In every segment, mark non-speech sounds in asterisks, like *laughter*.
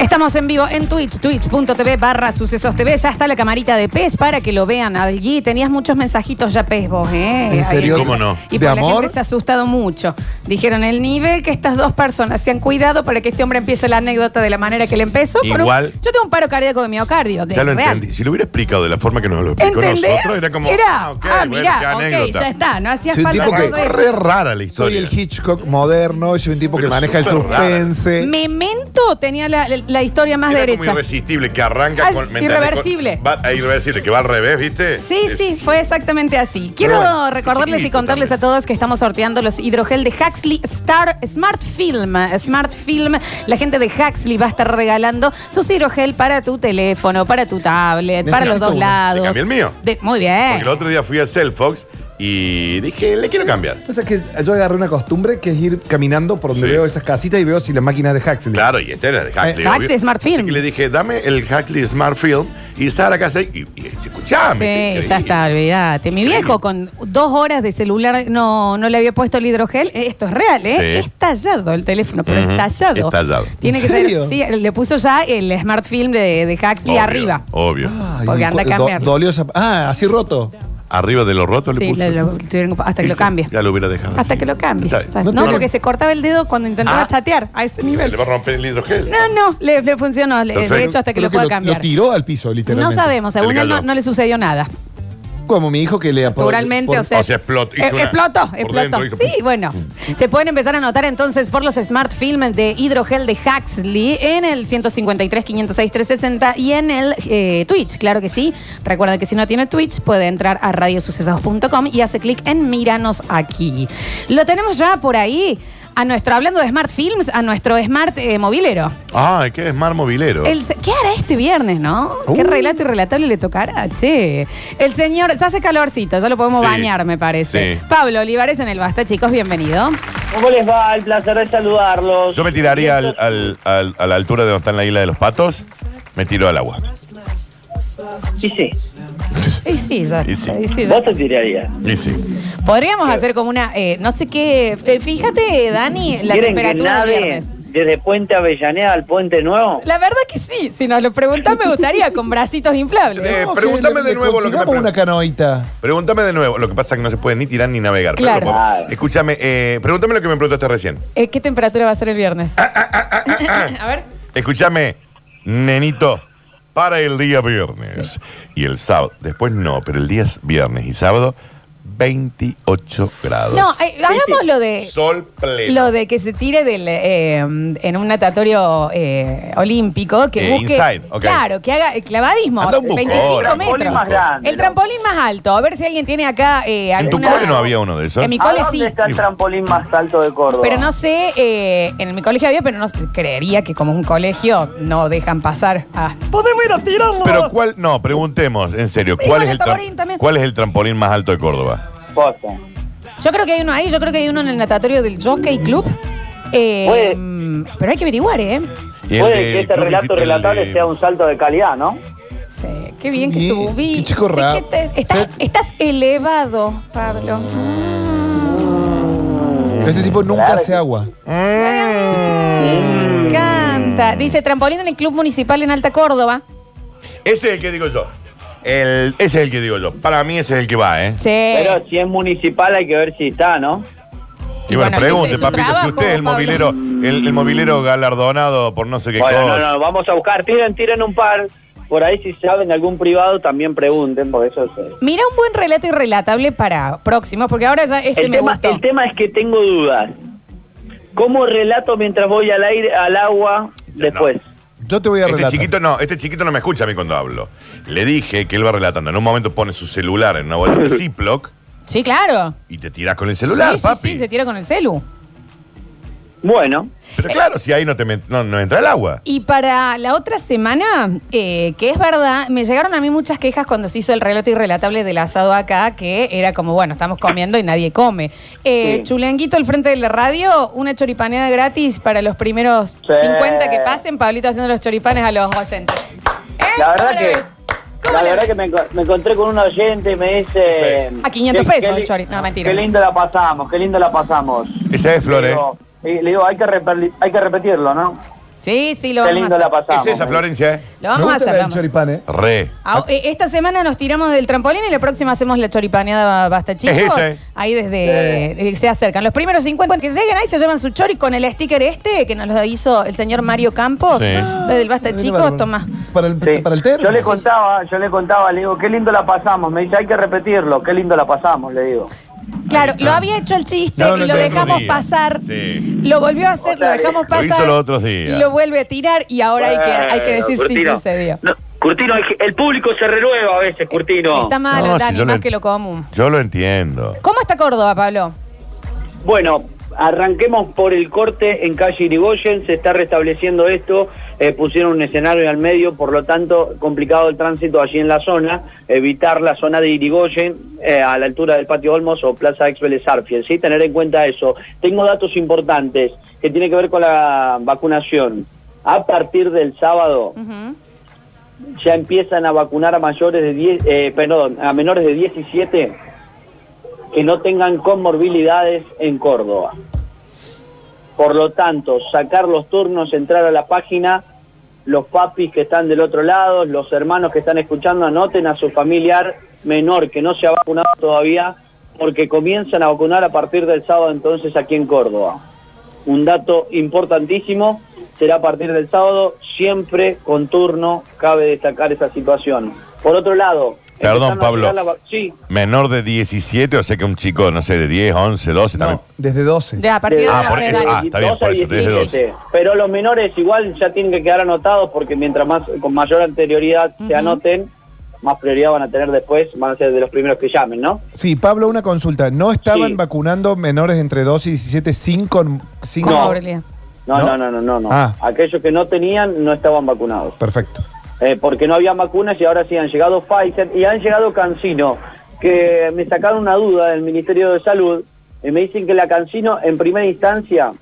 Estamos en vivo en Twitch, twitch.tv barra sucesos TV. Ya está la camarita de pez para que lo vean allí. Tenías muchos mensajitos ya pez vos, ¿eh? ¿En Ahí serio? el- ¿Cómo no? Y ¿De por la amor? gente se ha asustado mucho. Dijeron el nivel que estas dos personas se han cuidado para que este hombre empiece la anécdota de la manera que le empezó. por un- Igual. yo tengo un paro cardíaco de miocardio. de- Ya lo real. entendí. Si lo hubiera explicado de la forma que nos lo explicó ¿Entendés? nosotros, era como. Era, ok, ah, bueno, qué mirá, ok, anécdota. ya está. No hacía Sí, un falta tipo Era que todo eso. re rara la Soy historia. el Hitchcock moderno, soy un tipo que Pero maneja el súper rara. suspense. Memento tenía la, la- la historia más Era derecha. como irresistible, que arranca Ah, con. es ¿me entendés? irreversible. Con- va- ah, irreversible, que va al revés, ¿viste? Sí, Es- sí, fue exactamente así. Quiero Pero bueno, recordarles y chiquitito contarles a también. todos que estamos sorteando los hidrogel de Huxley Star Smart Film. Smart Film, la gente de Huxley va a estar regalando sus hidrogel para tu teléfono, para tu tablet, para los Necesito dos uno. lados. ¿Te cambié el mío? De- muy Porque bien. el otro día fui a Cellfox y dije, le quiero cambiar. Pasa que yo agarré una costumbre que es ir caminando por donde Sí. veo esas casitas y veo si las máquinas de Huxley. Claro, y este era de Huxley. Eh, Huxley obvio. Smart Film. Así que le dije, dame el Huxley Smart Film y Sara Casey. Y, y escuchame. Sí, ah, increíble. ya está, olvídate. Mi viejo con dos horas de celular no, no le había puesto el hidrogel. Eh, Esto es real, ¿eh? Sí. Estallado el teléfono, pero Ujú, estallado. estallado. Tiene ¿En que ser. serio? Sí, le puso ya el smart film de, de Huxley Obvio, arriba. Obvio. Ay, Porque me anda a do- cambiar. dolió esa- Ah, así roto. Arriba de los rotos le Sí, puso. le- lo tuvieron que- hasta que lo cambie. Ya lo hubiera dejado. Hasta así. que lo cambie. Está bien. ¿sabes? No No, tiene- porque se cortaba el dedo cuando intentaba Ah. chatear a ese Le nivel. va a romper el hidrogel. No, no, le, le funcionó. le- de Perfecto. hecho, hasta que Creo lo pueda lo, cambiar. tiró al piso, No literalmente. según sabemos. según El él no, gallo. no le sucedió nada. Como mi hijo que le apodó. Naturalmente, o sea. O sea, explotó, hizo Eh, una- explotó, por explotó. dentro Mm. hizo- Sí, bueno. Se pueden empezar a anotar entonces por los Smart Film de hidrogel de Huxley en el 153 506 360 y en el eh, Twitch, claro que sí. Recuerda que si no tiene Twitch puede entrar a radiosucesos.com y hace clic en Míranos aquí. Lo tenemos ya por ahí. A nuestro, hablando de Smart Films, a nuestro Smart eh, Movilero. Ay, Ah, qué Smart Movilero. El se- ¿Qué hará este viernes, no? ¿Qué Uh. relato irrelatable le tocará? Che. El señor, ya hace calorcito, ya lo podemos Sí. bañar, me parece. Sí. Pablo Olivares en el Basta, chicos, bienvenido. ¿Cómo les va? El placer de saludarlos. Yo me tiraría al- al- al- a la altura de donde está en la isla de los patos. Me tiro al agua. Sí, sí. Y sí, ya. Y sí. y sí, ya. Vos te tirarías. Y sí. Podríamos hacer como una, eh, no sé qué. eh, fíjate, Dani, la ¿Quieren que temperatura del nave viernes. desde Puente Avellaneda al Puente Nuevo? La verdad que sí, si nos lo preguntás, me gustaría con bracitos *laughs* inflables. Eh, pregúntame de nuevo lo que me Consigamos pregun- una canoita. Pregúntame de nuevo. Lo que pasa es que no se puede ni tirar ni navegar. pero Claro. lo podemos- Claro. Escúchame, eh, pregúntame lo que me preguntaste recién. Eh, ¿Qué temperatura va a ser el viernes? Ah, *laughs* a ver. Escúchame, nenito, para el día viernes y el sábado. Después no, pero el día es viernes y sábado, 28 grados. No, eh, hagamos lo de. Sol pleno. Lo de que se tire del, eh, en un natatorio eh, olímpico, que Eh, busque. inside, ok. Claro, que haga eh, clavadismo, Anda un buco 25 ahora. El metros. trampolín más grande, el ¿no? trampolín más alto. A ver si alguien tiene acá eh, En tu alguna. cole no había uno de esos. En mi ¿A cole dónde sí. está el trampolín más alto de Córdoba? Pero no sé, eh, en mi colegio había, pero no sé, creería que como es un colegio no dejan pasar a. ¡Podemos ir a tirarlo! Pero cuál, no, preguntemos, en serio, ¿cuál Igual es, el está tra- Borín también. ¿cuál es el trampolín más alto de Córdoba? Posta. Yo creo que hay uno ahí, yo creo que hay uno en el natatorio del Jockey Club. Eh, Puede- mm, pero hay que averiguar, ¿eh? Y el Puede del que este club relato digital de- relatable sea un salto de calidad, ¿no? Sí, qué bien que Bien, estuviste. qué chico raro. ¿Qué te- estás, Sí. estás elevado, Pablo. Este tipo nunca Claro. hace agua. Me encanta. Dice, trampolín en el Club Municipal en Alta Córdoba. Ese es el que digo yo. El, ese es el que digo yo. Para mí ese es el que va, ¿eh? Sí. Pero si es municipal hay que ver si está, ¿no? Y bueno, Bueno, ese pregunte, es su papito, trabajo, si usted es el Pablo. movilero, el, el movilero galardonado por no sé qué Bueno, cosa. no, no, vamos a buscar. Tiren, tiren un par. Por ahí si saben algún privado también pregunten, por eso es... Mira un buen relato irrelatable para próximos, porque ahora ya este El me tema, gustó. el tema es que tengo dudas. ¿Cómo relato mientras voy al aire, al agua después? Yo te voy a Este relatar. chiquito no, este chiquito no me escucha a mí cuando hablo. Le dije que él va relatando. En un momento pone su celular en una bolsa de Ziploc Sí, claro. y te tiras con el celular, sí, sí, papi. sí, se tira con el celu. Bueno, Pero claro, si ahí no te met- no, no entra el agua. Y para la otra semana, eh, que es verdad, me llegaron a mí muchas quejas cuando se hizo el relato irrelatable del asado acá, que era como, bueno, estamos comiendo y nadie come. Eh, Sí. Chulenguito al frente de la radio, una choripaneada gratis para los primeros Sí. 50 que pasen, Pablito haciendo los choripanes a los oyentes. ¿Eh? la verdad ¿Cómo la que ves? ¿Cómo la la verdad ves? que me, enco- me encontré con un oyente y me dice A 500 qué- pesos qué li- el chori. No, mentira. Qué lindo la pasamos, eh, qué lindo la pasamos. Eh, Esa es Flores. Digo, y le digo, hay que, reperli- hay que repetirlo, ¿no? Sí, sí, lo Qué vamos a lindo hacer. la pasamos. Es esa, Florencia, ¿eh? Lo vamos Me a gusta hacer. la del vamos. choripán, ¿eh? Re. Ah, eh, Esta semana nos tiramos del trampolín y la próxima hacemos la choripaneada basta chicos. Es esa, eh. Ahí desde eh, se acercan. Los primeros 50 que lleguen ahí se llevan su chori con el sticker este que nos lo hizo el señor Mario Campos Sí. desde el Ah, basta chicos. Toma. Para el, Sí. para el termo. Yo le contaba, yo le contaba, le digo, qué lindo la pasamos. Me dice, hay que repetirlo, qué lindo la pasamos, le digo. Claro, está. lo había hecho el chiste No, no y lo lo dejamos día. pasar. Sí. Lo volvió a hacer, lo Otra vez. dejamos Lo pasar. hizo los otros días. Lo vuelve a tirar y ahora hay que, hay que decir sí Curtino. sucedió. No, Curtino, el, el público se renueva a veces, Curtino. Eh, Está malo, No, si Dani, yo lo más ent- que lo común. Yo lo entiendo. ¿Cómo está Córdoba, Pablo? Bueno, arranquemos por el corte en calle Irigoyen, se está restableciendo esto, eh, pusieron un escenario al medio, por lo tanto complicado el tránsito allí en la zona, evitar la zona de Irigoyen eh, a la altura del patio Olmos o Plaza Ex Vélez Arfiel, ¿sí? tener en cuenta eso. Tengo datos importantes que tienen que ver con la vacunación. A partir del sábado Ujú. ya empiezan a vacunar a mayores de 10, eh, perdón, a menores de 17 que no tengan comorbilidades en Córdoba. Por lo tanto, sacar los turnos, entrar a la página, los papis que están del otro lado, los hermanos que están escuchando, anoten a su familiar menor que no se ha vacunado todavía, porque comienzan a vacunar a partir del sábado entonces aquí en Córdoba. Un dato importantísimo será a partir del sábado, siempre con turno, cabe destacar esa situación. Por otro lado... Perdón, empezaron a Pablo. aplicar la va- sí, Menor de 17, o sea que un chico, no sé, de 10, 11, 12 también. No, desde 12. Ya, a partir de Ah, la por eso, Dani. ah, está bien, 12 por a eso, desde 17. Pero los menores igual ya tienen que quedar anotados porque mientras más con mayor anterioridad Ujú. se anoten, más prioridad van a tener después, van a ser de los primeros que llamen, ¿no? Sí, Pablo, una consulta. ¿No estaban Sí. vacunando menores entre 12 y 17 sin... Con, sin ¿Cómo, No. Aurelia? No, ¿No? no, no, no, no. no. Ah. Aquellos que no tenían no estaban vacunados. Perfecto. Eh, porque no había vacunas y ahora sí han llegado Pfizer y han llegado Cancino, que me sacaron una duda del Ministerio de Salud y me dicen que la Cancino en primera instancia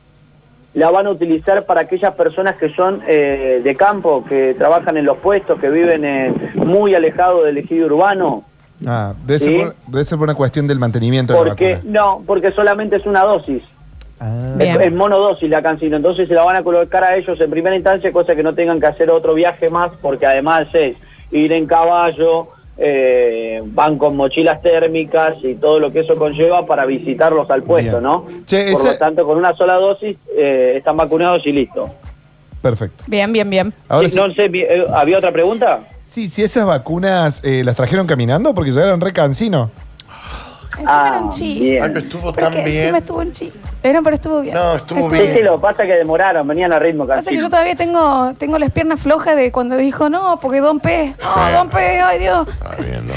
la van a utilizar para aquellas personas que son eh, de campo, que trabajan en los puestos, que viven eh, muy alejados del ejido urbano, Ah, debe, Sí. ser por, debe ser por una cuestión del mantenimiento de la porque vacuna. no, porque solamente es una dosis. Ah. Bien. Es, es monodosis la cancino, entonces se la van a colocar a ellos en primera instancia, cosa que no tengan que hacer otro viaje más, porque además es ir en caballo, eh, van con mochilas térmicas y todo lo que eso conlleva para visitarlos al puesto, Bien. ¿no? Che, Por ese- lo tanto, con una sola dosis eh, están vacunados y listo. Perfecto. Bien, bien, bien. Ahora Sí, sí, No sé, vi- eh, ¿había otra pregunta? sí, sí, esas vacunas eh, las trajeron caminando porque llegaron re cansino. Encima era un Ah, chiste. bien. Ay, pero estuvo Porque tan bien. encima estuvo un chiste. Era, pero estuvo bien. No, estuvo Sí, sí, lo que pasa es que demoraron, venían a ritmo Pasa que yo cancino. todavía tengo, tengo las piernas flojas de cuando dijo no, porque Don P. No, Sí. Don P, ay Dios. Está bien, don-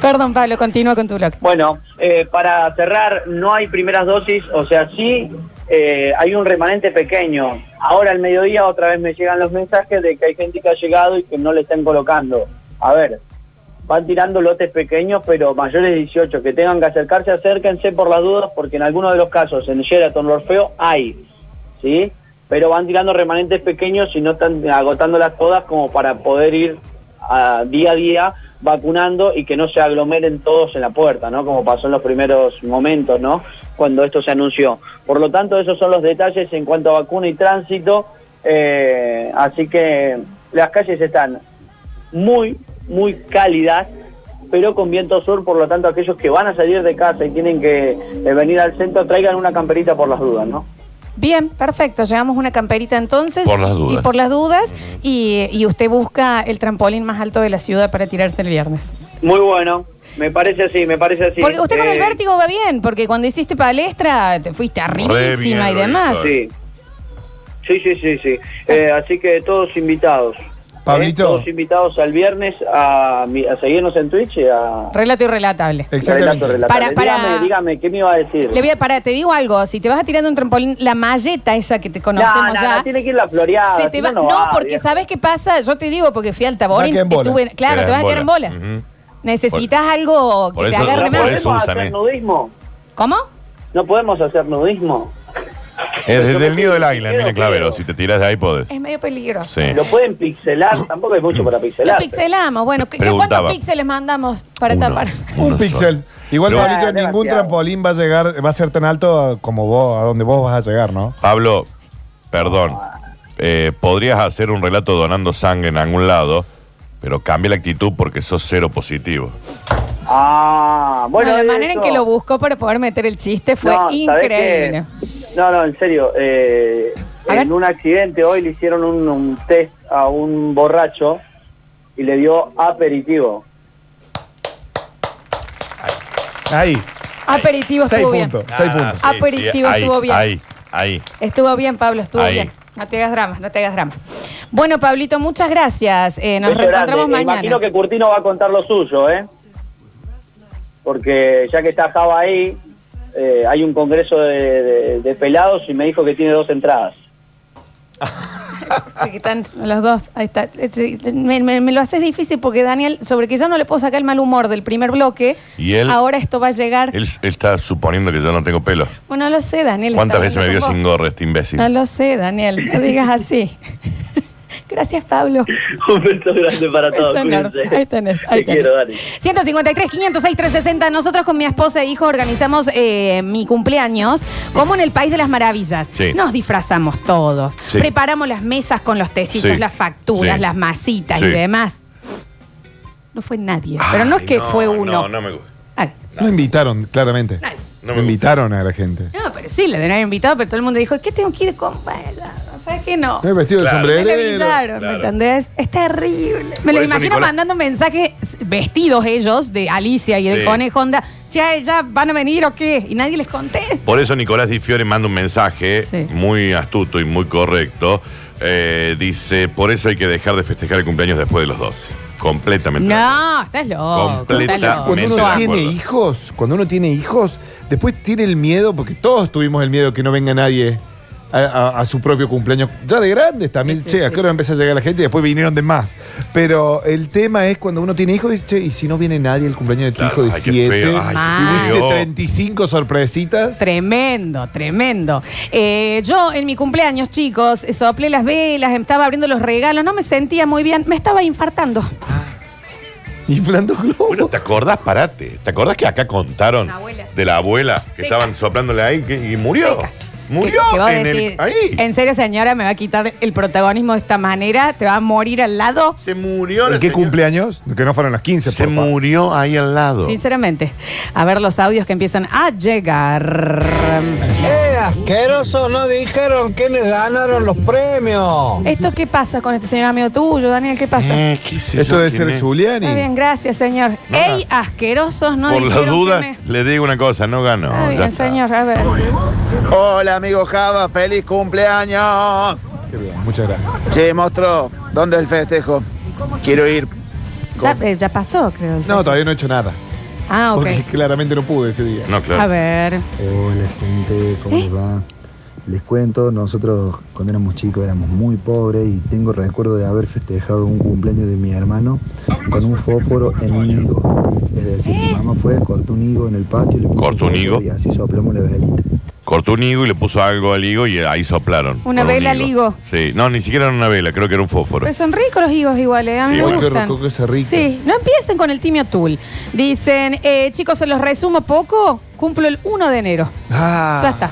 Perdón, Pablo, continúa con tu blog. Bueno, eh, para cerrar, no hay primeras dosis, o sea, sí eh, hay un remanente pequeño. Ahora al mediodía otra vez me llegan los mensajes de que hay gente que ha llegado y que no le están colocando. A ver, van tirando lotes pequeños, pero mayores de 18 que tengan que acercarse, acérquense por las dudas, porque en algunos de los casos, en Sheraton o Orfeo, hay, ¿sí? Pero van tirando remanentes pequeños y no están agotándolas todas como para poder ir ah, día a día vacunando y que no se aglomeren todos en la puerta, ¿no? Como pasó en los primeros momentos, ¿no? Cuando esto se anunció. Por lo tanto, esos son los detalles en cuanto a vacuna y tránsito. eh, así que las calles están muy, muy cálidas, pero con viento sur, por lo tanto aquellos que van a salir de casa y tienen que eh, venir al centro, traigan una camperita por las dudas, ¿no? Bien, perfecto. Llevamos una camperita entonces. Por las dudas. Y por las dudas. Y, y usted busca el trampolín más alto de la ciudad para tirarse el viernes. Muy bueno, me parece así, me parece así. Porque usted con el Eh, vértigo va bien, porque cuando hiciste palestra te fuiste arribísima bien y lo demás. hizo, eh. Sí, sí, sí, sí, sí. Ah. Eh, así que todos invitados. Pablito. Eh, Todos invitados al viernes a, mi- a seguirnos en Twitch y a... Relato irrelatable. Exactamente. Relato, relato. Para- para- Dígame, dígame, ¿qué me iba a decir? Le voy a parar, te digo algo, si te vas a tirar de un trampolín, la malleta esa que te conocemos No, no, ya. no, tiene que ir la floreada, se te si va- no, no, no va, porque viejo. ¿sabes qué pasa? Yo te digo, porque fui al Va a Taborín, quedar en bola. estuve- *laughs* claro, Queda te vas a quedar en bolas. Ujú. Necesitas algo Por que te eso- agarre ¿No por más. eso- podemos usan, hacer eh. nudismo? ¿Cómo? ¿No podemos hacer nudismo? Es desde el nido del águila, Quedo, miren, Clavero. quedo. Si te tiras de ahí, podés. Es medio peligroso. Sí. Lo pueden pixelar, tampoco hay mucho para Lo pixelar. pixelamos, bueno, ¿qué- Preguntaba. ¿cuántos píxeles mandamos para Uno. tapar? Un Uno píxel. solo. Igual, Pero- Pablito, Ah, ningún demasiado. trampolín va a llegar, va a ser tan alto como vos, a donde vos vas a llegar, ¿no? Pablo, perdón, eh, podrías hacer un relato donando sangre en algún lado, pero cambia la actitud porque sos cero positivo. Ah, bueno. No, la eso- manera en que lo buscó para poder meter el chiste fue No, ¿sabés increíble. qué? No, no, en serio. eh, A en ver. un accidente hoy le hicieron un, un test a un borracho y le dio aperitivo. Ahí. Aperitivo Seis estuvo bien. puntos. Seis puntos. Ah, Aperitivo ahí, estuvo bien. Ahí, ahí. Estuvo bien, Pablo, estuvo Ahí. bien. No te hagas drama, no te hagas drama. Bueno, Pablito, muchas gracias. Eh, nos Beso reencontramos grande. mañana. Imagino que Curtino va a contar lo suyo, ¿eh? Porque ya que está Java ahí, eh, hay un congreso de, de- de pelados y me dijo que tiene dos entradas. Aquí están los dos. Ahí está. Eh, sí, Me, me- me lo haces difícil porque Daniel, sobre que ya no le puedo sacar el mal humor del primer bloque, Y él- ahora esto va a llegar. Él, él está suponiendo que yo no tengo pelo. Bueno, no lo sé, Daniel. está ¿Cuántas veces me vio hablando con sin vos. gorro este imbécil? No lo sé, Daniel. No digas así. *laughs* gracias, Pablo. *laughs* un beso grande *laughs* para Beso todos. enorme. cuídense. Ahí tenés, ahí Te tenés. quiero, Dani. 153, 506, 360. Nosotros con mi esposa e hijo organizamos eh, mi cumpleaños como en el País de las Maravillas. Sí. Nos disfrazamos todos. Sí. Preparamos las mesas con los tecitos, Sí. las facturas, Sí. las masitas y Sí. demás. No fue nadie. Pero no es Ay, que fue uno. No, no me gusta. Ay, No invitaron, claramente. Nadie. No No me invitaron a la gente. no, pero sí, le deben haber invitado, pero todo el mundo dijo, ¿qué tengo que ir con ¿Sabes qué no? Me he vestido Claro. de Me le sombrero. avisaron, Claro. ¿me entendés? Es terrible. Me Por lo eso, imagino Nicolás- mandando mensajes vestidos ellos, de Alicia y Sí. el conejo Honda. Che, ¿ya van a venir o qué? Y nadie les contesta. Por eso Nicolás Di Fiore manda un mensaje Sí. muy astuto y muy correcto. Eh, dice, por eso hay que dejar de festejar el cumpleaños después de los 12. Completamente. de acuerdo. No, estás loco. Completa- estás loco. Cuando Totalmente uno de tiene acuerdo. hijos, cuando uno tiene hijos, después tiene el miedo, porque todos tuvimos el miedo que no venga nadie a, a- a su propio cumpleaños. Ya de grandes también, Sí, sí, che, ¿a sí, qué sí. hora empieza a llegar la gente? Y después vinieron de más. Pero el tema es cuando uno tiene hijos, dice, che, y si no viene nadie el cumpleaños de tu Claro, hijo de ay, qué feo, 7, ay, qué tuviste feo. 35 sorpresitas. Tremendo, tremendo. Eh, yo en mi cumpleaños, chicos, soplé las velas, estaba abriendo los regalos, no me sentía muy bien, me estaba infartando. Inflando globos. Bueno, ¿te acordás? Parate. ¿Te acordás que acá contaron La abuela. de la abuela que Seca. estaban soplándole ahí que- y murió? Seca. Murió Que- que vos en el- decís, ahí. En serio, señora, me va a quitar el protagonismo de esta manera, te va a morir al lado. Se murió la ¿En qué señora. cumpleaños? Que no fueron las 15, Se por favor. murió ahí al lado. Sinceramente. A ver los audios que empiezan a llegar. ¡Eh, asqueroso! No dijeron quiénes ganaron los premios. ¿Esto qué pasa con este señor amigo tuyo, Daniel? ¿Qué pasa? Eh, qué sé Esto yo debe quién ser es. Zuliani. Está bien, gracias, señor. No, ¡Ey, asquerosos! No Por la dijeron que duda, me- le digo una cosa, no ganó. Está ya bien, está. señor. A ver. Hola amigo Java, Ah, feliz cumpleaños. Qué bien, muchas gracias. Che, monstruo, ¿dónde es el festejo? Quiero ir. Ya, eh, ya pasó, creo. el- No, todavía no he hecho nada. Ah, ok. Porque *laughs* claramente no pude ese día. No, claro. A ver. Hola gente, ¿cómo ¿Eh? les va? Les cuento, nosotros cuando éramos chicos éramos muy pobres y tengo recuerdo de haber festejado un cumpleaños de mi hermano con un fósforo en un higo. Es decir, mi mamá fue, cortó un higo en el patio y le puso ¿Cortó un fósforo higo? y así soplamos la velita. Cortó un higo y le puso algo al higo y ahí soplaron. Una con un vela al higo. Pues, Sí, no, ni siquiera era una vela, creo que era un fósforo. Pero son ricos los higos iguales, a mí Sí, me bueno. gustan. Qué rico que sea rico. Sí, no empiecen con el timio tool. Dicen, eh, chicos, se los resumo poco, cumplo el 1 de enero. Ah. Ya está.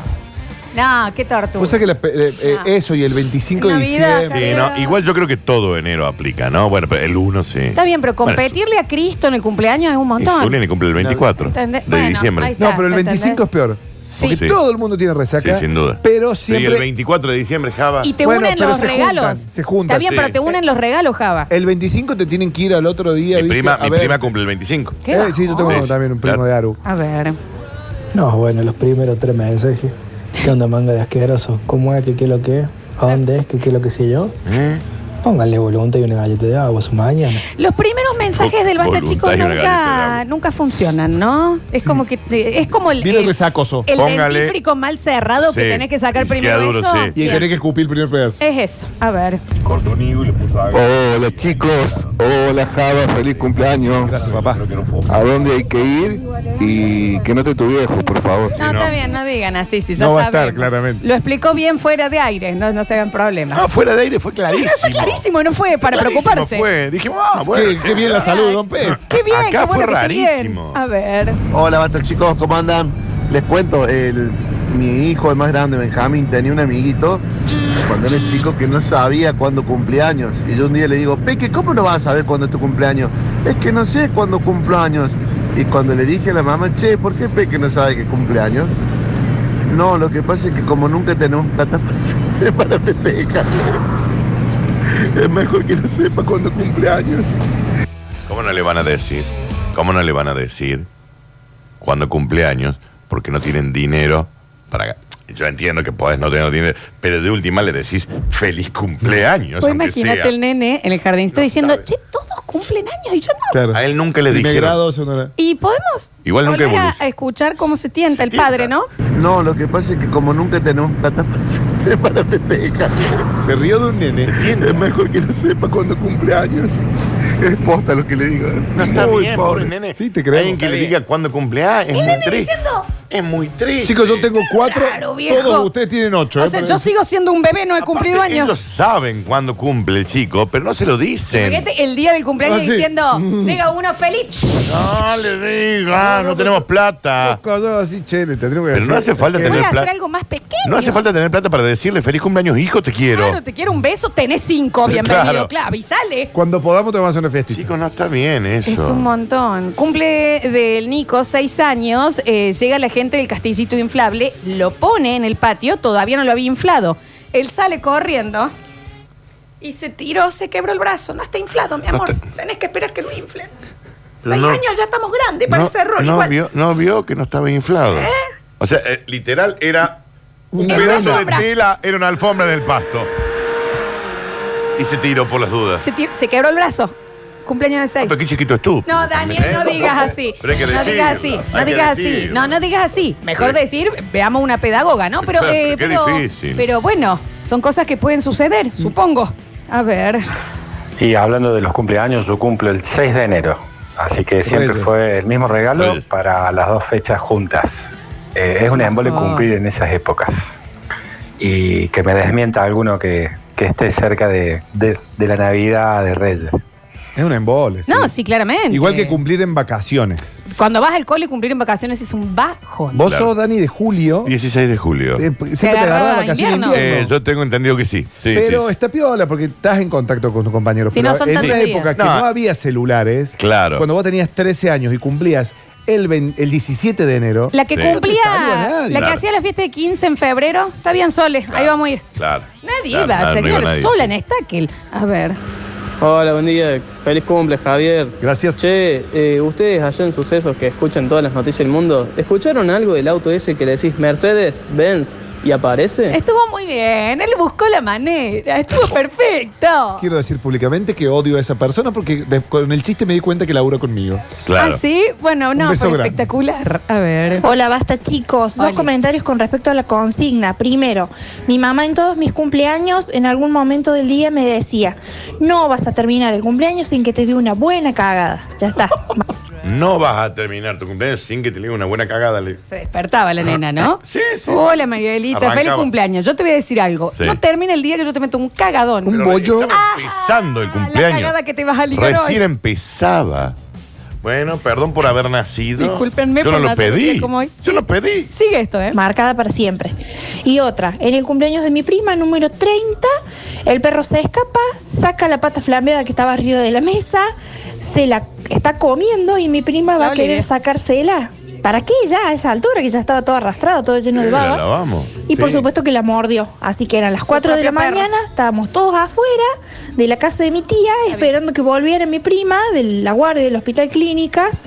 No, qué tortura. Cosa que la pe- eh, eh, Ah. eso y el 25 de Navidad, diciembre. Sí, no, igual yo creo que todo enero aplica, ¿no? Bueno, pero el 1 sí. Está bien, pero Bueno, competirle a Cristo en el cumpleaños es un Y montón. Zuliani cumple el 24 de ¿Entendés? Bueno, ahí diciembre. está. No, pero el ¿entendés? 25 es peor. Porque Sí. todo el mundo tiene resaca. Sí, sin duda. Pero Sí, siempre. el 24 de diciembre, Java. Y te Bueno, unen pero los se regalos. juntan, se juntan. Está bien, Sí. pero te unen los regalos, Java. el 25 te tienen que ir al otro día. Mi ¿viste? prima, A mi ver. prima cumple el 25. ¿Qué Eh, bajón. sí, yo tengo Sí, sí, también un claro. primo de Aru. A ver. No, bueno, los primeros tres mensajes. ¿Qué onda, manga de asqueroso? ¿Cómo es? ¿Qué, qué es lo que es? ¿A dónde es? ¿Qué, qué es lo que sé yo? ¿Eh? Pónganle voluntad y una galleta de agua a su mañana. Los primeros mensajes del basta, Voluntad chicos, y una galleta de nunca, agua. nunca funcionan, ¿no? Es como que te- es como el, Viene el, resacoso. el Póngale. dentífrico mal cerrado Sí, que tenés que sacar y queda primero duro, eso. sí. Y Bien. tenés que escupir el primer pedazo. Es eso. A ver. Hola chicos, hola Java, feliz cumpleaños. Gracias, papá. ¿A dónde hay que ir? Y que no te tu viejo, por favor. No, está bien, no digan así, sí, ya No va a estar, sabemos. claramente. Lo explicó bien fuera de aire, no, no se hagan problemas. Ah, fuera de aire fue clarísimo. fue clarísimo, no fue para Clarísimo preocuparse. Fue. Dijimos, ah, bueno. Ah, qué, qué bien la salud, don Pez. Qué bien, Acá qué bueno fue que esté bien. rarísimo. A ver. Hola, basta chicos, ¿cómo andan? Les cuento, el mi hijo, el más grande, Benjamín, tenía un amiguito cuando era chico que no sabía cuándo cumplía años. Y yo un día le digo, Peque, ¿cómo no vas a saber cuándo es tu cumpleaños? Es que no sé cuándo cumplo años. Y cuando le dije a la mamá, che, ¿por qué Peque no sabe que cumple años? No, lo que pasa es que como nunca tenemos plata *laughs* para- para festejar, es mejor que no sepa cuándo cumple años. ¿Cómo no le van a decir? ¿Cómo no le van a decir cuando cumple años? Porque no tienen dinero para... Yo entiendo que podés no tener dinero, pero de última le decís feliz cumpleaños. Pues aunque imagínate sea. el nene en el jardín. Estoy No diciendo, sabe. che, todos cumplen años y yo no. Claro. A él nunca le Me dijeron. grado, sonora. Y podemos Igual nunca volver a evoluciona. a escuchar cómo se tienta Se el padre, tienta. ¿no? No, lo que pasa es que como nunca tenemos plata para- *laughs* para festejar, Se rió de un nene. es mejor que no sepa cuándo cumple años. Es posta lo que le digo. ¿eh? No está Muy bien, pobre, pobre. nene. Sí, te creemos. Alguien que Está le bien. diga cuándo cumpleaños. Es muy triste. diciendo- Es muy triste. Chicos, yo tengo cuatro. raro, viejo. Todos ustedes tienen ocho. O ¿eh? sea, Para- yo sigo siendo un bebé, no he Aparte, cumplido años. Ellos saben cuándo cumple el chico, pero no se lo dicen. Imagínate el día del cumpleaños Ah, sí. diciendo, Mm. llega uno feliz. No le digan, no tenemos plata. Cosas así, che, le tendríamos que Ah. Pero decir. no hace falta Voy tener a hacer plata. algo más pequeño. No hace falta tener plata para decirle feliz cumpleaños, hijo, te quiero. Claro, te quiero un beso, tenés cinco, bienvenido. Claro, *laughs* Claro. y sale. Cuando podamos te vamos a hacer una fiestita. Chicos, no está bien eso. Es un montón. Cumple del Nico seis años, eh, llega la gente del castillito inflable, lo pone en el patio, todavía no lo había inflado. Él sale corriendo y se tiró, se quebró el brazo. No está inflado, mi amor. Tenés que esperar que lo inflen. Pero Seis no- años ya estamos grandes para no, ese rol. no igual. vio, no vio que no estaba inflado. O sea, eh, literal era un Era una pedazo de alfombra. tela, era una alfombra en el pasto. Y se tiró por las dudas. Se, tir- se quebró el brazo. Cumpleaños de Ah, seis. pero qué chiquito es tú. No, Daniel, ¿Eh? no digas así. Pero hay que no decirlo, digas así, hay no que digas así. decirlo. No, no digas así. Mejor Sí. decir, veamos una pedagoga, ¿no? Pero, Claro, eh, qué pero, difícil. Mm. pero bueno, son cosas que pueden suceder, supongo. A ver. Y hablando de los cumpleaños, yo cumplo el 6 de enero. Así que siempre Reyes. fue el mismo regalo Reyes. para las dos fechas juntas. Eh, es un embole mejor. cumplir en esas épocas. Y que me desmienta alguno que, que esté cerca de, de- de la Navidad de Reyes. Es un embole. No, sí, claramente. Igual que cumplir en vacaciones. Cuando vas al cole y cumplir en vacaciones es un bajón. Vos Claro. sos Dani de julio. 16 de julio. eh, siempre te agarraba agarraba vacaciones invierno. en Eh, invierno. yo tengo entendido que sí. sí pero sí, sí. está piola porque estás en contacto con tus compañeros. Si Pero no son en tantos una días. época que No. no había celulares, Claro. cuando vos tenías 13 años y cumplías el, ven- el 17 de enero, La que Sí. cumplía, No te saluda nadie. la que Claro. hacía la fiesta de 15 en febrero, está bien, Sole, ahí vamos a ir. Claro. Nadie iba, Claro, claro, no señor, iba nadie, sola sí. en estaquel. A ver. Hola, buen día. Feliz cumple, Javier. gracias. Che, eh, ustedes allá en Sucesos que escuchan todas las noticias del mundo, ¿escucharon algo del auto ese que le decís Mercedes, Benz y aparece? Estuvo muy bien, él buscó la manera, estuvo perfecto. Quiero decir públicamente que odio a esa persona porque de- con el chiste me di cuenta que labura conmigo. Claro. ¿Ah, sí? Bueno, no, beso pero grande. espectacular. A ver. Hola, basta chicos. Dos Oli. comentarios con respecto a la consigna. Primero, mi mamá en todos mis cumpleaños, en algún momento del día, me decía: No vas a terminar el cumpleaños sin que te dé una buena cagada. Ya está. No vas a terminar tu cumpleaños sin que te diga una buena cagada. Le- Se despertaba la nena, *laughs* ¿no? Sí, sí, Hola, sí. Miguelita, Arrancaba. feliz cumpleaños. Yo te voy a decir algo. Sí. No termina el día que yo te meto un cagadón. Un Pero bollo. Estaba empezando el Ah, La cumpleaños. cagada que te vas a ligar Recién hoy. empezaba. Bueno, perdón por haber nacido. Discúlpenme Yo por no lo nacer un día pedí. como hoy. Yo no pedí. Sigue esto, ¿eh? Marcada para siempre. Y otra, en el cumpleaños de mi prima, número 30, el perro se escapa, saca la pata flameada que estaba arriba de la mesa, se la está comiendo y mi prima La va a querer olvidé. sacársela. ¿Para qué ya a esa altura que ya estaba todo arrastrado, todo lleno de Eh, la baba? lavamos. Y por Sí. supuesto que la mordió. Así que eran las 4 de la propio perro. mañana, estábamos todos afuera de la casa de mi tía, esperando que volviera mi prima de la guardia del hospital clínicas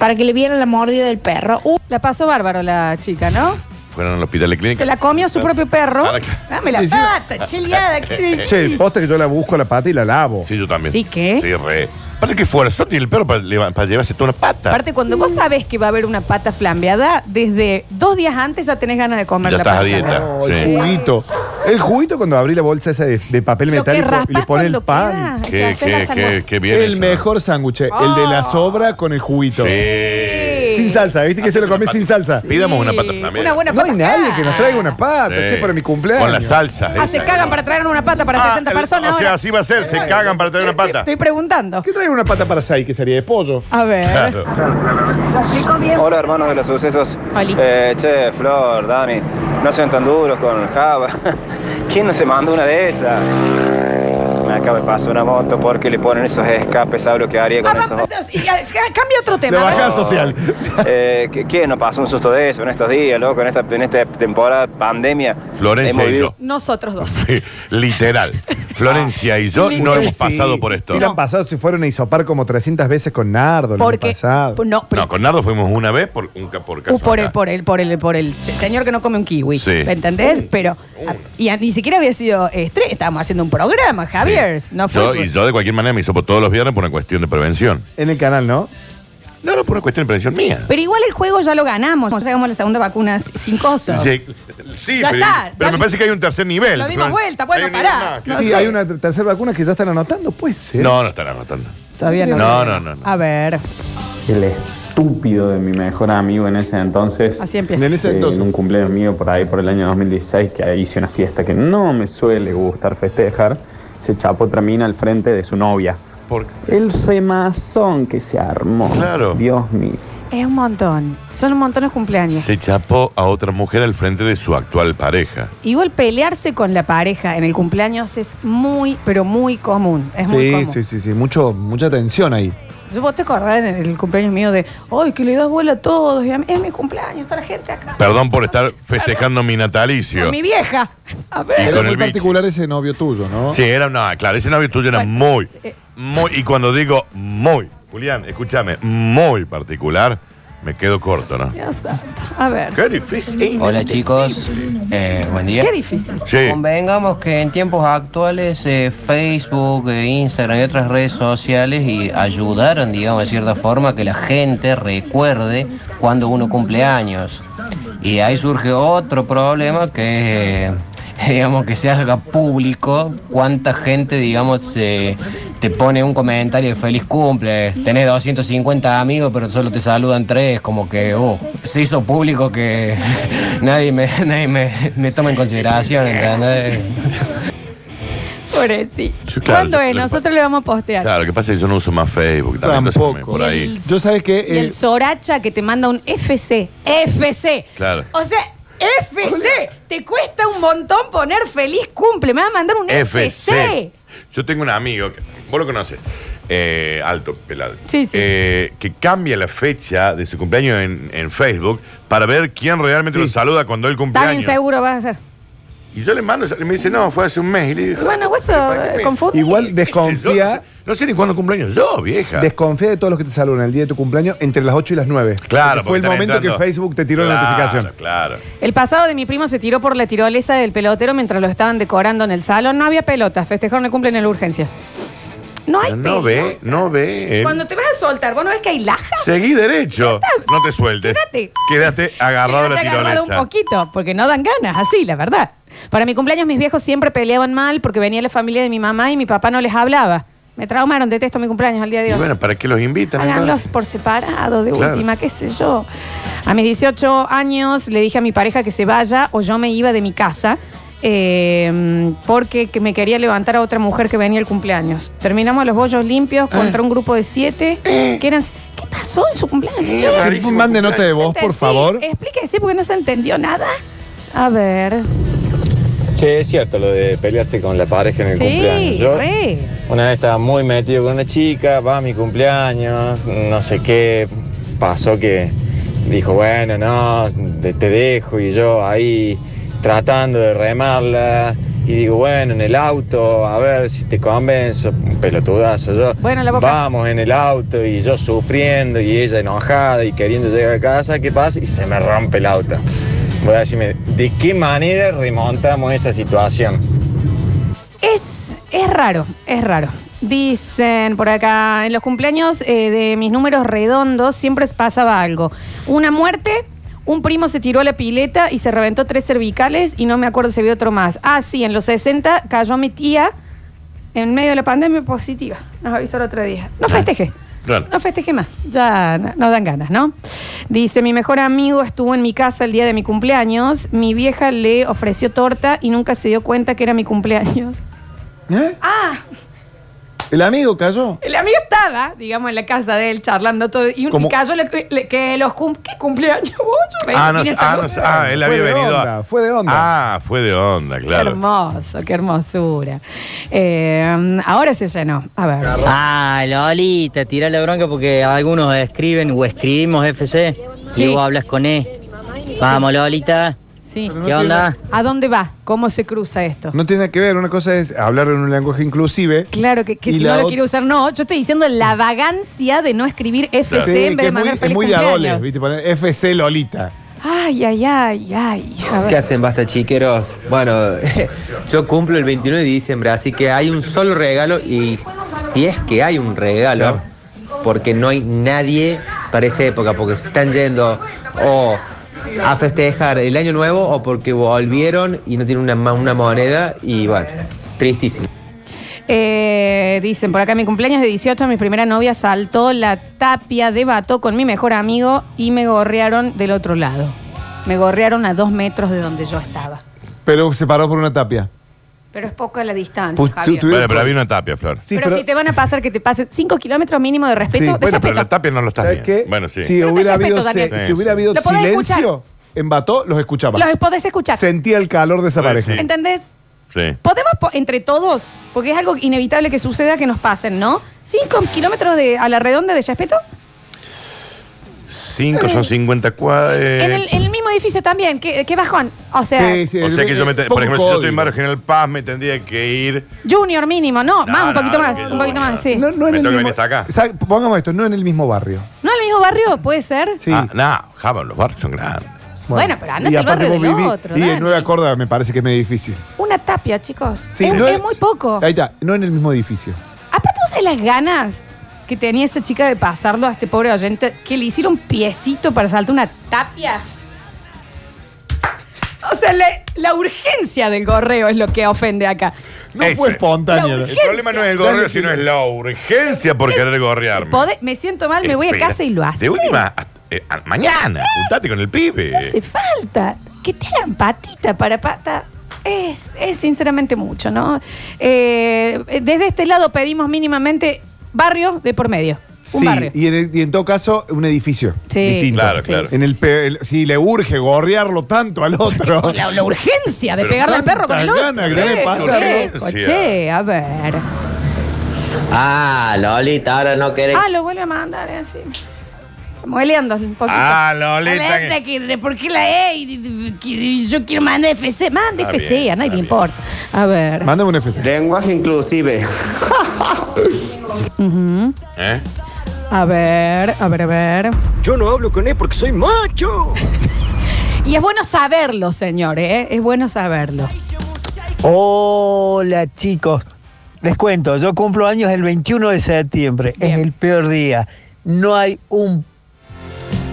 para que le vieran la mordida del perro. Uh, La pasó bárbaro la chica, ¿no? Fueron al hospital de clínica. Se la comió su propio perro. Ah, claro. Dame la Encima- pata, chileada. *laughs* que- Che, posta que yo la busco a la pata y la lavo. Eh. Sí, yo también. Sí, ¿qué? Sí, re. Aparte que fuerza tiene el perro para, leva- para llevarse toda una pata. Aparte, cuando vos sabés que va a haber una pata flambeada, desde dos días antes ya tenés ganas de comer ya la estás pata. a dieta. Oh, Sí. El juguito. El juguito cuando abrí la bolsa esa de, de papel Lo que metálico y le raspás pone el cuando pan. queda, Ah. que Qué, haces la qué, sangua- qué, qué bien El eso. mejor sándwich, el de la sobra con el juguito. Sí. Sin sin salsa, viste que se lo Hacete comí una sin pata- salsa. Pidamos una pata flamera. Una buena No hay pata nadie acá. que nos traiga una pata, Sí. che, para Ah, mi cumpleaños. Con la salsa. Ah, se esa. cagan para traer una pata para Ah, 60 el- personas O sea, ahora. así va a ser, se Estoy- cagan para traer una estoy- pata. Estoy preguntando. ¿Qué trae una pata para seis que sería de pollo? A ver. Hola hermanos de los sucesos. Oli. Eh, che, Flor, Dani, no sean tan duros con Java. *laughs* ¿Quién no se manda una de esas? Acá me pasó una moto porque le ponen esos escapes, ¿sabes lo que haría con *laughs* esos? Ah, Y, y, cambia otro tema. a ver. social. Eh, ¿qué- ¿Quién no pasó un susto de eso en estos días, loco? En esta, en esta temporada pandemia. Florencia Hemos y vivido- yo. Nosotros dos. Sí, literal. Florencia y yo no Ustedes hemos pasado sí. por esto. Sí, la han pasado si fueron a isopar como 300 veces con Nardo. la han Porque. pasado. No, pero- No, con Nardo fuimos una vez por, un, ca- por Uh, caso por acá. el, por el, por el, por el che- señor que no come un kiwi. Sí. ¿Me entendés? Pero. a- y a- ni siquiera había sido estrés. Estábamos haciendo un programa, Javier. No fue. Yo- y yo de cualquier manera me hizo por todos los viernes por una cuestión de prevención. En el canal, ¿no? No, no, por una cuestión de prevención mía. Pero igual el juego ya lo ganamos. Ya Llegamos a la segunda vacuna s- sin cosas. Sí, sí, Ya pero, está, pero ya- me parece que hay un tercer nivel. Lo dimos Florencia. vuelta, bueno, Hay un nivel pará. más. No sí, sé. hay una ter- tercera vacuna que ya están anotando, pues. ser. No, no están anotando. Todavía no. No, no, no, no. A ver. El estúpido de mi mejor amigo en ese entonces. Así empieza. En ese eh, entonces. en un cumpleaños mío por ahí, por el año 2016, que hice una fiesta que no me suele gustar festejar. Se chapó otra mina al frente de su novia. Por- El semazón que se armó. Claro. Dios mío. Es un montón. Son un montón de cumpleaños. Se chapó a otra mujer al frente de su actual pareja. Igual pelearse con la pareja en el cumpleaños es muy, pero muy común. Es muy Sí, común. sí, sí, sí. Mucho, mucha tensión ahí. Yo, vos te acordás en el cumpleaños mío de, ay, que le das bola a todos, y a mí- es mi cumpleaños, está la gente acá. Perdón por estar festejando mi Con natalicio. mi vieja. A ver. Y Era con muy el bicho. particular ese novio tuyo, ¿no? Sí, era una, claro, ese novio tuyo era muy, eh. muy, y cuando digo muy, Julián, escúchame, muy particular, me quedo corto, ¿no? Dios santo. A ver. Qué difícil. Hola chicos, Eh, buen día. Qué difícil. Convengamos que en tiempos actuales eh, Facebook, eh, Instagram y otras redes sociales y ayudaron, digamos, de cierta forma a que la gente recuerde cuando uno cumple años. Y ahí surge otro problema que *laughs* es, eh, digamos, que se haga público cuánta gente, digamos, se- te pone un comentario de feliz cumple. Tenés 250 amigos, pero solo te saludan tres, como que, oh, se hizo público que *laughs* nadie me, *laughs* nadie me, me toma en consideración, ¿entendés? Pobrecito. Sí, claro, ¿Cuándo yo- es? lo que Nosotros le vamos a postear. Claro, lo que pasa es que yo no uso más Facebook, también, entonces me- por Y ahí. el- Y eh, el Soracha que te manda un FC. FC. Claro. O sea, FC. Te cuesta un montón poner feliz cumple. Me va a mandar un FC. FC. Yo tengo un amigo, que, vos lo conoces, eh, alto, pelado, Sí, sí. eh, que cambia la fecha de su cumpleaños en, en Facebook para ver quién realmente lo saluda cuando él Tan cumpleaños. inseguro vas a ser. Y yo le mando, y me dice, no, fue hace un mes. Y le digo, Bueno, vos ¿para sos qué confuso. Igual yo no sé- desconfía. no sé ni cuándo cumpleaños yo, vieja. Desconfía de todos los que te saludan el día de tu cumpleaños entre las 8 y las 9. Claro, Porque Fue el porque momento están entrando. que Facebook te tiró Claro, la notificación. Claro. El pasado de mi primo se tiró por la tirolesa del pelotero mientras lo estaban decorando en el salón. No había pelotas. Festejaron el cumple en la urgencia. No hay Pero pelota. no ve, no ve. eh. Cuando te vas a soltar, ¿vos no ves que hay laja? Seguí derecho. No te sueltes. Quédate. Quédate agarrado a Te la han agarrado un tirolesa. poquito, porque no dan ganas, así, la verdad. Para mi cumpleaños mis viejos siempre peleaban mal porque venía la familia de mi mamá y mi papá no les hablaba. Me traumaron, detesto mi cumpleaños al día de Y hoy. bueno, ¿para qué los invitan? Háganlos entonces? por separado, de Claro. última, qué sé yo. A mis 18 años le dije a mi pareja que se vaya o yo me iba de mi casa eh, porque que me quería levantar a otra mujer que venía el cumpleaños. Terminamos los bollos limpios Ah. contra un grupo de siete que eran... ¿Qué pasó en su cumpleaños? Eh, ¿Qué? rarísimo Mande nota de voz, por Sí, favor. Explíquese porque no se entendió nada. A ver. Che, es cierto lo de pelearse con la pareja en el cumpleaños. Sí, Yo re. una vez estaba muy metido con una chica, va a mi cumpleaños, no sé qué, pasó que dijo, bueno, no, te, te dejo y yo ahí tratando de remarla y digo, bueno, en el auto, a ver si te convenzo, un pelotudazo yo. Bueno, la boca. Vamos en el auto y yo sufriendo y ella enojada y queriendo llegar a casa, ¿qué pasa? Y se me rompe el auto. Voy a decirme, ¿de qué manera remontamos esa situación? Es, es raro, es raro. Dicen por acá, en los cumpleaños eh, de mis números redondos siempre pasaba algo. Una muerte, un primo se tiró a la pileta y se reventó tres cervicales y no me acuerdo si había otro más. Ah, sí, en los 60 cayó mi tía en medio de la pandemia positiva. Nos avisaron otro día. No festeje. Claro. No festeje más, ya no, no dan ganas, ¿no? Dice, mi mejor amigo estuvo en mi casa el día de mi cumpleaños, mi vieja le ofreció torta y nunca se dio cuenta que era mi cumpleaños. ¿Eh? Ah, ¿El amigo cayó? el amigo estaba, digamos, en la casa de él charlando todo y un ¿Cómo? y cayó le- le- que los cum- ¿qué cumpleaños vos? Yo me Ah, no, imaginé esa ah, no, cosa. ah, él Fue había de venido. a- onda, fue de onda. Ah, fue de onda, Qué claro. hermoso, qué hermosura. Eh, ahora se llenó. A ver. Ah, Lolita, tira la bronca porque algunos escriben o escribimos FC Sí. y vos hablas con E. Vamos, Lolita. Sí. no ¿Qué onda? ¿A dónde va? ¿Cómo se cruza esto? No tiene nada que ver, una cosa es hablar en un lenguaje inclusive. Claro que, que Y si la no lo ot- quiere usar, no. Yo estoy diciendo la vagancia de no escribir FC Sí, en vez que de es muy, mandar es feliz muy de adoles, cumpleaños. ¿viste? Poner FC Lolita. Ay, ay, ay, ay. A ver. ¿Qué hacen, basta chiqueros? Bueno, *laughs* yo cumplo el 29 de diciembre, así que hay un solo regalo y si es que hay un regalo, porque no hay nadie para esa época, porque se están yendo o a festejar el año nuevo o porque volvieron y no tienen una, ma- una moneda y bueno, tristísimo. Eh, dicen, por acá mi cumpleaños de 18, mi primera novia saltó la tapia de vato con mi mejor amigo y me gorrearon del otro lado. Me gorrearon a dos metros de donde yo estaba. Pero se paró por una tapia. Pero es poca la distancia, Pues, tú- Javier. tú- Bueno, pero había una tapia, Flor. Sí, pero, pero- si te van a pasar que te pasen 5 kilómetros mínimo de respeto, de bueno, pero respeto. la tapia no lo está ¿Sabes bien. qué? Bueno, sí. Este Si hubiera respeto, habido, Daniel. se- Sí, si sí. hubiera habido Lo podés escuchar. silencio, en Bató los escuchaba. Los podés escuchar. Sentía el calor de esa Pues pareja. ¿Entendés? Sí. Podemos, po- entre todos, porque es algo inevitable que suceda que nos pasen, ¿no? 5 kilómetros de, a la redonda de respeto. Cinco son eh, 50 cuadras. en, el, en el mismo edificio también. ¿Qué, qué bajón? O sea, o sea que yo me. te- Por ejemplo, si yo estoy en código. Barrio General Paz, me tendría que ir. junior mínimo, no, No, más, un no, poquito no, más, no, un poquito más, sí. No en el me tengo que mismo- venir hasta acá. Sa- Pongamos esto, no en el mismo barrio. ¿No en el mismo barrio? ¿Puede ser? Sí. Ah, no, Java, los barrios son grandes. Bueno, pero andate y al aparte barrio vos del vivís- otro, Y Dani. en Nueva Córdoba me parece que es medio difícil. Una tapia, chicos. Sí, es, no es es- muy poco. Ahí está, no en el mismo edificio. Aparte, no sé las ganas que tenía esa chica de pasarlo a este pobre oyente que le hicieron piecito para saltar una tapia. O sea, le- la urgencia del gorreo es lo que ofende acá. No fue espontáneo. El problema no es el gorreo, sino es la urgencia por querer gorrearme. Pode- me siento mal, me voy a Espera. casa y lo hace. De última, hasta- eh, a- mañana, juntate con el No hace pibe. falta. Que te hagan patita para pata. Es, es sinceramente mucho, ¿no? Eh, desde este lado pedimos mínimamente barrio de por medio. Un sí, barrio. y en, el- y en todo caso, un edificio. Sí. Distinto. Claro, Sí, claro. En el, pe- el- si le urge gorrearlo tanto al otro. La, la urgencia de Pero pegarle al tanta perro con el otro. gana que le Che, pasa, che, ¿no? che, a ver. Ah, Lolita, ahora no querés. Ah, lo vuelve a mandar eh, así. Mueleando un poquito. Ah, Lolita, A ver, que- ¿Por qué la E? Y- que- Yo quiero mandar FC. Manda Está FC, bien, a nadie le importa. A ver. Mándame un FC. Lenguaje inclusive. Ujú. ¿Eh? A ver, a ver, a ver. Yo no hablo con él porque soy macho. Y es bueno saberlo, señores, ¿eh? es bueno saberlo. Hola chicos, les cuento, yo cumplo años el 21 de septiembre, es el peor día. No hay un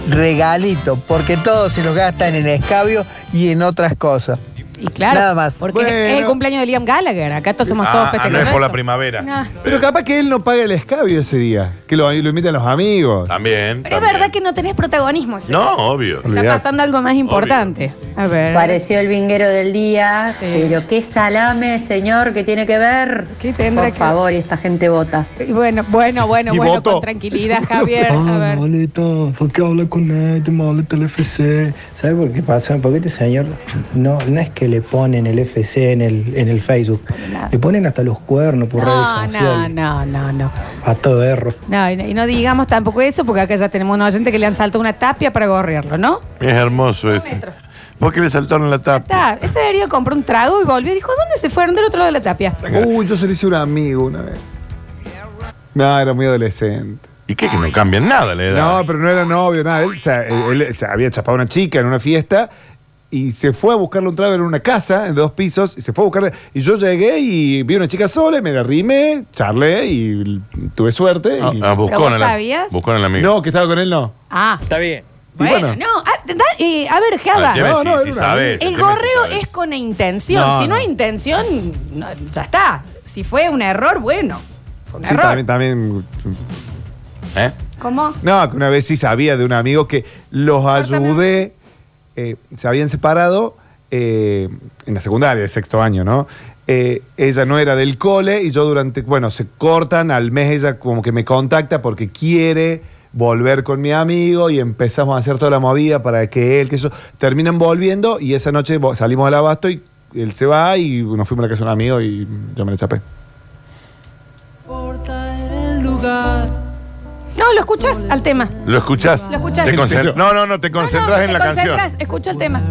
regalito, porque todos se los gastan en escabio y en otras cosas. Y claro, Nada más. porque es el cumpleaños de Liam Gallagher, acá todos somos todos Ah, ah, festejando. no es por la eso. primavera. Ah. Pero capaz que él no paga el escabio ese día. Que lo, lo invitan los amigos. Ah, También. Pero es verdad que no tenés protagonismo. ¿sí? No, obvio. Está pasando algo más importante. A ver. Pareció el vinguero del día, pero qué salame, señor, que tiene que ver. Por favor, y esta gente vota. Bueno, bueno, bueno, Y bueno, votó. con tranquilidad, Javier. A Ah, ver. Lolita, ¿por qué habla con él? Te molesta el FC. ¿Sabes por qué pasa? Porque este señor no, no es que le ponen el FC en el, en el Facebook. Le ponen hasta los cuernos por No, redes no, sociales. no, no, no. A todo error. No, y no- y no digamos tampoco eso, porque acá ya tenemos un oyente que le han saltado una tapia para gorrearlo, ¿no? Es hermoso eso. ¿Por qué le saltaron la tapa? Está, ese herido compró un trago y volvió y dijo, ¿dónde se fueron? Del otro lado de la tapia. Uy, yo se lo hice a un amigo una vez. No, era muy adolescente. ¿Y qué? Que no cambian nada la edad. No, pero no era novio, nada. Él, se- él- él se había chapado a una chica en una fiesta y se fue a buscarle un trago en una casa en dos pisos y se fue a buscarle. Y yo llegué y vi a una chica sola y me la arrimé, charlé y l- tuve suerte. y- Ah, buscó ¿Pero vos en el- sabías? buscó en el amigo. No, que estaba con él, no. Ah. Está bien. Bueno, no, ah, da- eh, a ver, Java. Ah, el tema No, es no, si- si era una- sabes, el el tema es si gorreo es con intención. No, si no, no. hay intención, no, ya está. Si fue un error, bueno. Fue un Sí, error. también, también ¿Eh? ¿Cómo? No, que una vez sí sabía de un amigo que los ayudé, eh, se habían separado eh, en la secundaria, el sexto año, ¿no? Eh, ella no era del cole y yo durante, bueno, se cortan, al mes ella como que me contacta porque quiere volver con mi amigo y empezamos a hacer toda la movida para que él, que eso, terminan volviendo y esa noche vo- salimos al abasto y él se va y nos fuimos a la casa de un amigo y yo me la chapé. No, lo escuchas al tema. ¿Lo escuchás? Lo escuchás. Te concent- Pero- No, no, no, te concentras en te la concentras, canción. Escucha el tema.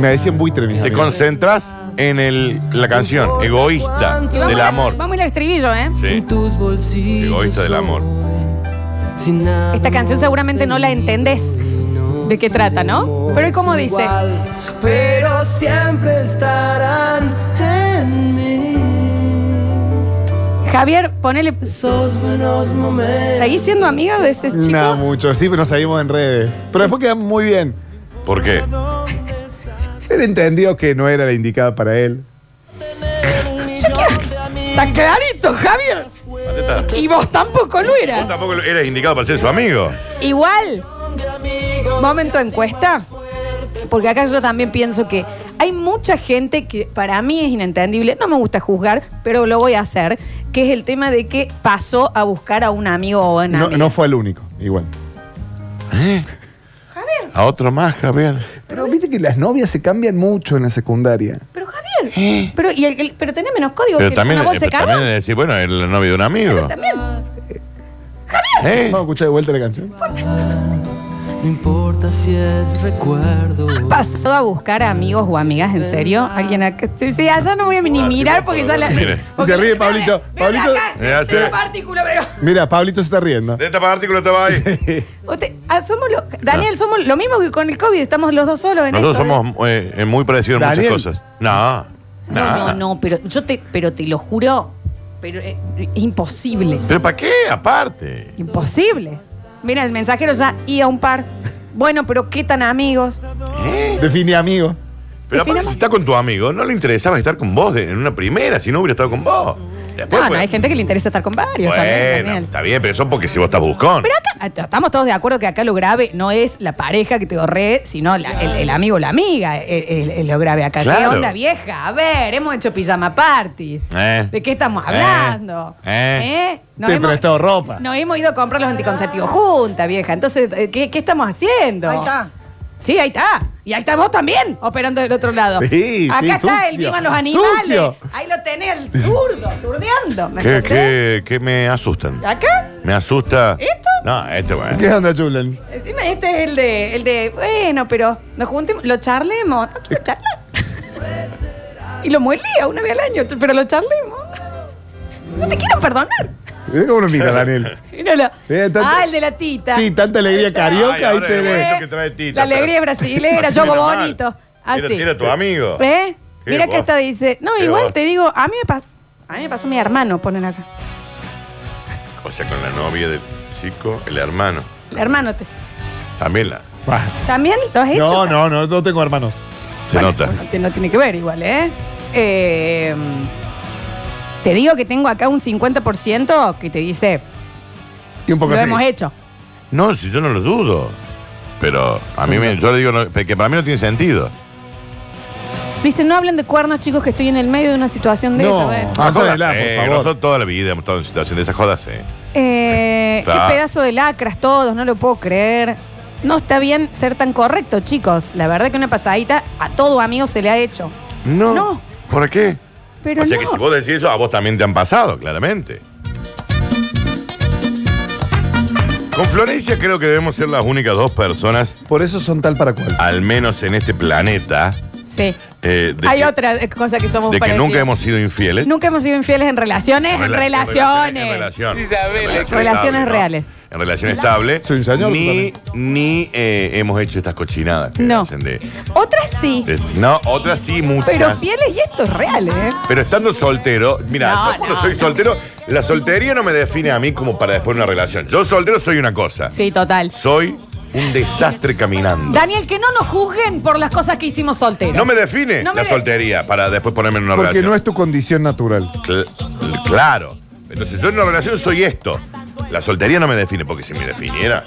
Me decían buitre, Te concentras en el, la canción, egoísta Y vamos del a- amor. Vamos a ir al estribillo, ¿eh? Sí. Egoísta del amor. Esta canción seguramente no la entendés de qué trata, ¿no? Pero ¿y cómo dice? Pero siempre estarán en Javier, ponele. ¿Seguís siendo amigo de ese chico? No, mucho, sí, pero nos seguimos en redes. Pero después quedamos muy bien. ¿Por qué? Él entendió que no era la indicada para él. Ya queda- Está clarito, Javier. Y vos tampoco lo Vos eras. tampoco lo- eras indicado para ser su amigo. Igual. Momento encuesta. Porque acá yo también pienso que hay mucha gente que para mí es inentendible, no me gusta juzgar, pero lo voy a hacer, que es el tema de que pasó a buscar a un amigo o una No, amiga. no fue el único, igual. ¿Eh? Javier, A otro más, Javier. Pero viste que las novias se cambian mucho en la secundaria. pero Javier, pero, y el- el- pero tenés menos código Pero que también, una eh, bolsa de pero carbón. también es decir, bueno, es la novia de un amigo. También. ¿Eh? Vamos a escuchar de vuelta la canción. No importa si es recuerdo. Pasó a buscar a amigos o amigas, ¿en serio? Alguien acá. Sí, sí, allá no voy a Ah, ni mirar porque ya la. Mire. Se ríe Pablito. Pablito. eh, Mira, acá, la partícula, pero. Mira, Pablito se está riendo. De esta partícula *laughs* estaba ahí. Vos te- ah, somos lo- Daniel, somos lo mismo que con el COVID, estamos los dos solos en Nosotros esto, ¿eh? somos eh, muy parecidos en muchas Daniel. cosas. No, No, no, no. no, pero yo te, pero te lo juro, pero eh, es imposible. ¿Pero para qué? Aparte. Imposible. Mira, el mensajero ya y a un par. Bueno, pero qué tan amigos. ¿Eh? Define amigo. Pero aparte, si está con tu amigo, no le interesaba estar con vos de- en una primera, si no hubiera estado con vos. Después, no, no, pues, hay gente que le interesa estar con varios también, bueno, Daniel. está bien, pero eso es porque si vos estás buscón. Pero acá ah, estamos todos de acuerdo que acá lo grave no es la pareja que te horré, sino la- el, el amigo o la amiga. el- el- el lo grave acá. Claro. ¿Qué onda, vieja? A ver, hemos hecho pijama party. Eh. ¿De qué estamos hablando? Eh. ¿Eh? Nos Te hemos- prestó ropa. Nos hemos ido a comprar los anticonceptivos juntas, vieja. Entonces, eh, ¿qué, qué estamos haciendo? Ahí está. Sí, ahí está. Y ahí está vos también, operando del otro lado. Sí, Acá sí, está el sucio. vivan los animales. Sucio. Ahí lo tenés, el zurdo, zurdeando. ¿me ¿Qué, entendés? qué, qué me asustan? ¿Acá? Me asusta. ¿Esto? No, este bueno. ¿Qué onda, Julen? Encima este es el de, el de, bueno, pero nos juntemos, lo charlemos. No quiero charlar. *laughs* y lo muelía una vez al año, ch- pero lo charlemos. No te quiero perdonar. Mira cómo lo mira, *laughs* Daniel. Míralo. Eh, tanto- ah, el de la tita. Sí, tanta alegría Ay, carioca. este, eh. Ahí ahora te es ve. esto que trae Tita, La *laughs* alegría pero- brasilera, Así yo como era mal. bonito. Era, Así. era tu amigo. ¿Eh? Qué Mira que vos. esta dice. No, Qué igual vos. te digo, a mí me pasó. A mí me pasó mi hermano, ponen acá. O sea, con la novia del chico, el hermano. El hermano, te- También la. ¿también lo has hecho? No, no, no, no tengo hermano. Se nota. Te- No tiene que ver igual, ¿eh? Eh, Te digo que tengo acá un 50% que te dice, Y un lo poco así. hemos hecho. No, si yo no lo dudo. Pero a mí me, yo le digo no, que para mí no tiene sentido. Dice, no hablen de cuernos, chicos, que estoy en el medio de una situación de esa. a ver. Ah, jodas, Bájala, eh, por favor. Nosotros toda la vida hemos estado en situación de esas jodas, eh. Eh, Claro. Qué pedazo de lacras todos, no lo puedo creer. No está bien ser tan correcto, chicos. La verdad que una pasadita a todo amigo se le ha hecho. No. ¿Por qué? Pero o sea no. que si vos decís eso, a vos también te han pasado, claramente. Con Florencia creo que debemos ser las únicas dos personas. Por eso son tal para cual. Al menos en este planeta. Sí. eh, de Hay que, otra eh, cosa que somos de que parecidos. nunca hemos sido infieles. Nunca hemos sido infieles en relaciones, en Rela- relaciones. En relación. En relación Relaciones estable, ¿no? reales. En relación estable. ni ni eh, hemos hecho estas cochinadas. que No. hacen de- Otras sí. de- no, otras sí, muchas. Pero fieles y esto es real, ¿eh? Pero estando soltero, mira, No, yo cuando no, soy no. soltero, la soltería no me define a mí como para después una relación. Yo soltero soy una cosa. Sí, total. Soy un desastre caminando. Daniel, que no nos juzguen por las cosas que hicimos solteros. No me define No me la de- soltería para después ponerme en una Porque relación. no es tu condición natural. Cl- claro. Entonces yo en una relación soy esto. La soltería no me define, porque si me definiera.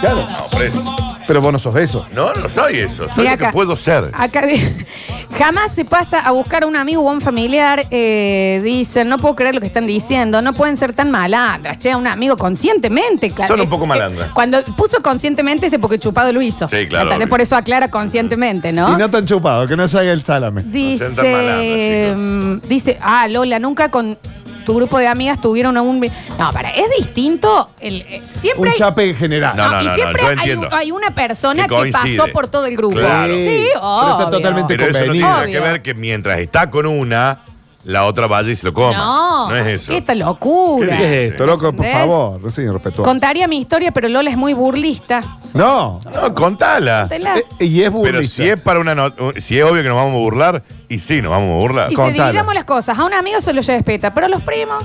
Claro. No, preso. Pero vos no sos eso. No, no soy eso. Soy Mira lo que acá. puedo ser. Acá di- *laughs* jamás se pasa a buscar a un amigo o a un familiar. eh, dicen, no puedo creer lo que están diciendo. No pueden ser tan malandras. Che, a un amigo conscientemente, claro. Son un poco Eh, malandras. Cuando puso conscientemente es de porque Chupado lo hizo. Sí, claro, ¿Entendés? obvio. Por eso aclara conscientemente, ¿no? Y no tan chupado, que no salga el salame. Dice, mm, dice, ah, Lola, nunca con tu grupo de amigas tuvieron un... No, para, es distinto. el- eh, siempre Un hay- Ah, chape en general. No, no, y no, no, siempre yo hay- entiendo. hay, una persona Que que, coincide. pasó por todo el grupo. Claro. Sí, Pero está obvio. totalmente Pero eso no tiene convenido. nada que ver que mientras está con una, la otra vaya y se lo coma. No, No es eso. Esta locura. ¿Qué es esto, loco? Por ¿Entendés? favor, no soy irrespetuoso. Contaría mi historia, pero Lola es muy burlista. Ah, No. No, contala. Contala. Eh, y es Pero burlista. si es para una not- uh, si es obvio que nos vamos a burlar, y sí, nos vamos a burlar. Y si dividamos las cosas. A un amigo se lo respeta, pero a los primos.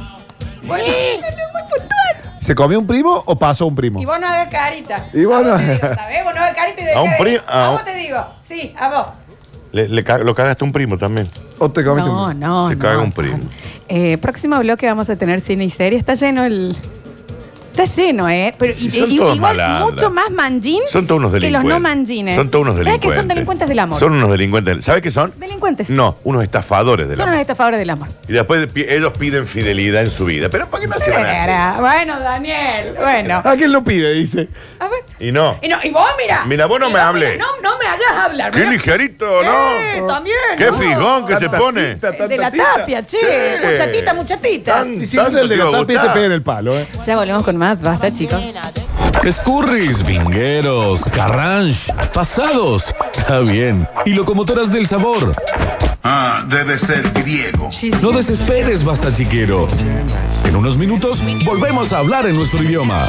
Bueno, ¿Se comió un primo o pasó un primo? y vos no hagas carita. Y vos no- ¿Sabés? Vos no hagas carita y A un dejá de- pri- a A un- vos te digo. Sí, a vos. Le- le ca- lo cagaste a un primo también. O te comiste No, un primo. no, Se no. caga un primo. Eh, próximo bloque vamos a tener cine y serie. Está lleno el. Está lleno, ¿eh? Pero Sí, y- son y- todos igual malandras. mucho más manjín Son todos unos que los delincuentes. no manjines. Son todos unos ¿Sabes delincuentes. que son delincuentes del amor? Son unos delincuentes. ¿Sabes qué son? Delincuentes. No, unos estafadores del Son amor. unos estafadores del amor. Y después pi- ellos piden fidelidad en su vida. Pero ¿para qué no se van a hacer? Era. Bueno, Daniel, bueno. ¿A Ah, quién lo pide? Dice. Y no. Y, no, y vos, mira. Mira, vos no me hables. No, no me hagas hablar. Qué mirá. ligerito, Eh, ¿no? también. Qué no. fijón que se pone. El Eh, de la tapia, che. Sí. Muchatita, muchatita. Y si no el de la tapia te pega en el palo, ¿eh? Ya volvemos con más. Basta, chicos. Escurris, vingueros, carranche, pasados. Está bien. Y locomotoras del sabor. Ah, debe ser griego. No desesperes, basta chiquero. En unos minutos volvemos a hablar en nuestro idioma.